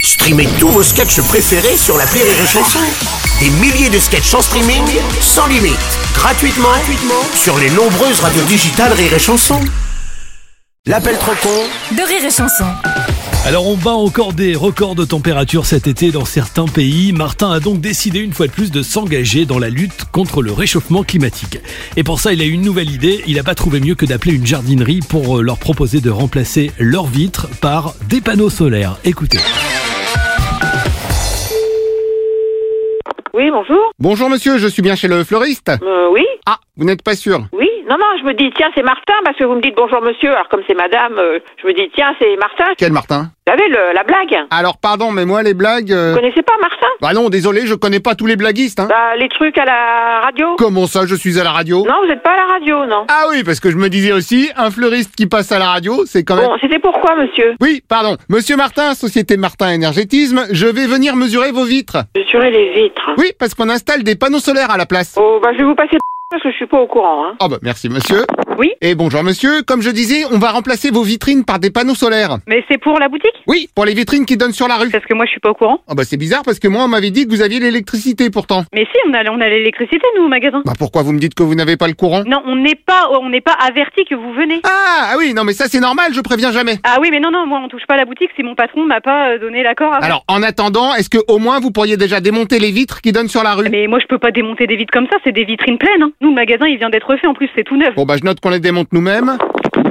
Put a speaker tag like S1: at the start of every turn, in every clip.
S1: Streamez tous vos sketchs préférés sur la Rire et Chanson. Des milliers de sketchs en streaming, sans limite, gratuitement, gratuitement sur les nombreuses radios digitales Rire et Chanson. L'appel trop con
S2: de rire et chanson.
S3: Alors on bat encore des records de température cet été dans certains pays. Martin a donc décidé une fois de plus de s'engager dans la lutte contre le réchauffement climatique. Et pour ça, il a eu une nouvelle idée. Il n'a pas trouvé mieux que d'appeler une jardinerie pour euh, leur proposer de remplacer leurs vitres par des panneaux solaires. Écoutez.
S4: Oui, bonjour.
S5: Bonjour monsieur, je suis bien chez le fleuriste.
S4: Euh, oui,
S5: Ah, vous n'êtes pas sûr
S4: oui. Non, non, je me dis, tiens, c'est Martin, parce que vous me dites bonjour monsieur, alors comme c'est madame, euh, je me dis, tiens, c'est Martin.
S5: Quel Martin
S4: Vous savez, le- la blague Vous
S5: Alors pardon, mais moi les blagues... euh,
S4: connaissez pas Martin
S5: Bah non, désolé, je connais pas tous les blaguistes. Hein.
S4: Bah, les trucs à la radio
S5: Comment ça, je suis à la radio
S4: Non, vous n'êtes pas à la radio, non.
S5: Ah oui, parce que je me disais aussi, un fleuriste qui passe à la radio, c'est quand même...
S4: Bon, c'était pourquoi, monsieur
S5: Oui, pardon. Monsieur Martin, Société Martin Énergétisme, je vais venir mesurer vos vitres.
S4: Mesurer les vitres.
S5: Oui, parce qu'on installe des panneaux solaires à la place.
S4: Oh, bah, je vais vous passer parce que je suis pas au courant, hein.
S5: Oh bah merci monsieur.
S4: Oui.
S5: Et bonjour monsieur, comme je disais, on va remplacer vos vitrines par des panneaux solaires.
S6: Mais c'est pour la boutique
S5: Oui, pour les vitrines qui donnent sur la rue.
S6: Parce que moi je suis pas au courant.
S5: Oh bah c'est bizarre parce que moi on m'avait dit que vous aviez l'électricité pourtant.
S6: Mais si, on a, on a l'électricité nous au magasin.
S5: Bah pourquoi vous me dites que vous n'avez pas le courant
S6: Non, on n'est pas, on n'est pas averti que vous venez.
S5: ah, ah oui, non mais ça c'est normal, je préviens jamais.
S6: Ah oui, mais non, non, moi on touche pas à la boutique si mon patron m'a pas euh, donné l'accord. avant.
S5: Alors en attendant, est-ce que au moins vous pourriez déjà démonter les vitres qui donnent sur la rue
S6: Mais moi je peux pas démonter des vitres comme ça, c'est des vitrines pleines. hein. Nous le magasin il vient d'être fait en plus, c'est tout neuf.
S5: Bon bah je note qu'on les démonte nous-mêmes.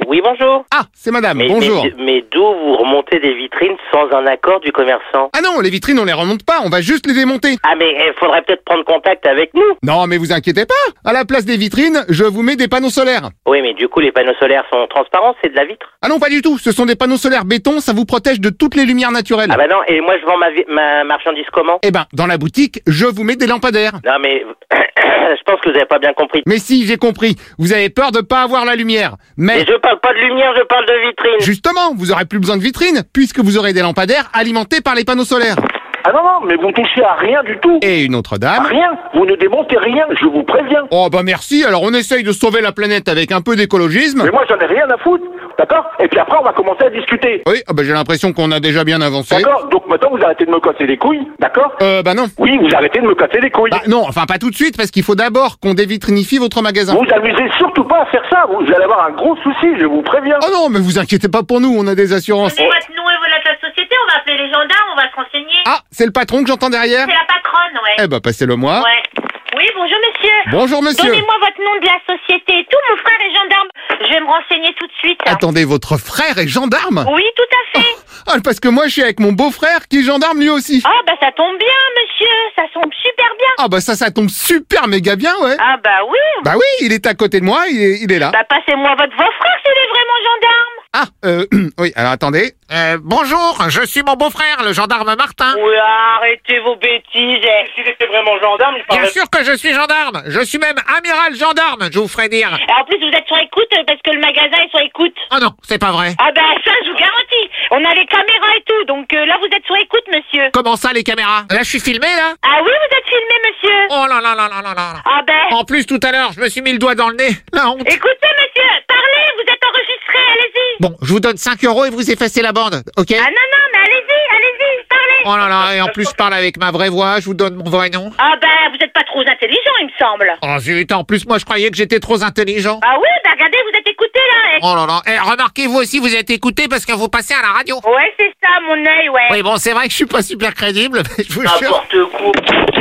S7: Oui, bonjour.
S5: Ah, c'est madame,
S7: Mais,
S5: bonjour.
S7: mais- mais d'où vous remontez des vitrines sans un accord du commerçant
S5: Ah non, les vitrines on les remonte pas, on va juste les démonter.
S7: Ah, mais il faudrait peut-être prendre contact avec nous.
S5: Non mais vous inquiétez pas, à la place des vitrines, je vous mets des panneaux solaires.
S7: Oui, mais du coup, les panneaux solaires sont transparents, c'est de la vitre.
S5: Ah non pas du tout, ce sont des panneaux solaires béton, ça vous protège de toutes les lumières naturelles.
S7: Ah bah non, et moi, je vends ma, vi- ma marchandise comment
S5: Eh ben, dans la boutique, je vous mets des lampadaires.
S7: Non, mais je pense que vous n'avez pas bien compris.
S5: Mais si, j'ai compris, vous avez peur de pas avoir la lumière. Mais
S7: Mais je parle pas de lumière, je parle de vitrine.
S5: Justement, vous aurez plus besoin de vitrines, puisque vous aurez des lampadaires alimentés par les panneaux solaires.
S8: Ah non, non, mais vous ne touchez à rien du tout.
S5: Et une autre dame.
S8: Rien. Vous ne démontez rien, je vous préviens.
S5: Oh bah merci, alors on essaye de sauver la planète avec un peu d'écologisme.
S8: Mais moi, j'en ai rien à foutre. D'accord Et puis après, on va commencer à discuter.
S5: Oui, ah bah j'ai l'impression qu'on a déjà bien avancé.
S8: D'accord Donc maintenant, vous arrêtez de me casser les couilles. D'accord
S5: Euh bah non.
S8: Oui, vous arrêtez de me casser les couilles.
S5: Bah non, enfin pas tout de suite, parce qu'il faut d'abord qu'on dévitrinifie votre magasin.
S8: Vous amusez surtout pas à faire ça. Vous allez avoir un gros souci, je vous préviens.
S5: Oh non, mais vous inquiétez pas pour nous, on a des assurances.
S9: Mais maintenant, et voilà la société, on va appeler les gendarmes, on va se renseigner.
S5: Ah, c'est le patron que j'entends derrière
S9: C'est la patronne, ouais.
S5: Eh bah passez-le moi.
S9: ouais. Oui, bonjour monsieur.
S5: Bonjour monsieur.
S9: Donnez-moi votre nom de la société et tout, mon frère est gendarme. Je vais me renseigner tout de suite.
S5: Attendez, votre frère est gendarme
S9: Oui, tout à fait.
S5: Ah, parce que moi je suis avec mon beau-frère qui est gendarme lui aussi.
S9: Ah bah ça tombe bien monsieur, ça tombe super bien.
S5: Ah bah ça, ça tombe super méga bien, ouais.
S9: Ah bah oui.
S5: Bah oui, il est à côté de moi, il est, il est là.
S9: Bah passez-moi votre beau frère s'il est vraiment gendarme.
S5: Ah, euh, oui, alors attendez. Euh, bonjour, je suis mon beau-frère, le gendarme Martin.
S9: Oui, arrêtez vos bêtises. eh.
S7: S'il était vraiment gendarme, il
S5: Bien sûr que je suis gendarme, je suis même amiral gendarme, je vous ferai dire.
S9: En plus vous êtes sur écoute euh, parce que le magasin est sur écoute.
S5: Oh non, c'est pas vrai.
S9: Ah bah ça je vous garantis. On a les caméras et tout, donc euh, là vous êtes sur écoute monsieur.
S5: Comment ça les caméras Là je suis filmé là
S9: Ah oui vous êtes filmé monsieur.
S5: Oh là là là là là là.
S9: Ah ben,
S5: En plus tout à l'heure, je me suis mis le doigt dans le nez. La honte.
S9: écoutez monsieur, parlez, vous êtes enregistré, allez-y.
S5: Bon, je vous donne 5 euros et vous effacez la bande, ok
S9: Ah non, non, mais allez-y, allez-y, parlez.
S5: Oh là là, et en plus je parle avec ma vraie voix, je vous donne mon vrai nom.
S9: Ah ben, vous êtes pas trop intelligent, il me semble.
S5: Oh zut, en plus moi je croyais que j'étais trop intelligent.
S9: Ah oui, ben regardez, vous êtes écouté là. et-
S5: Oh là là, et remarquez vous aussi vous êtes écouté parce que vous passez à la radio.
S9: Ouais, c'est ça, mon œil, ouais.
S8: Ah
S5: Oui, bon, c'est vrai que je suis pas super crédible, mais je vous jure.
S7: N'importe quoi.